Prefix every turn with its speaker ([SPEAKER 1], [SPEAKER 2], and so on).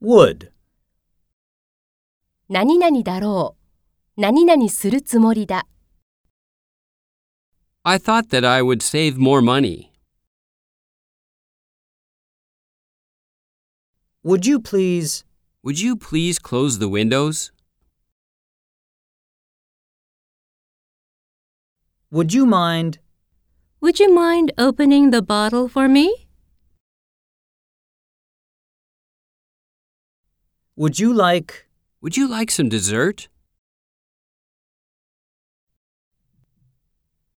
[SPEAKER 1] would,
[SPEAKER 2] 何々だろう。何々するつもりだ。
[SPEAKER 3] I thought that I would save more money.
[SPEAKER 1] would you please,
[SPEAKER 3] Would you please close the windows?
[SPEAKER 1] would you mind,
[SPEAKER 2] Would you mind opening the bottle for me?
[SPEAKER 1] would you like,
[SPEAKER 3] Would you like some dessert?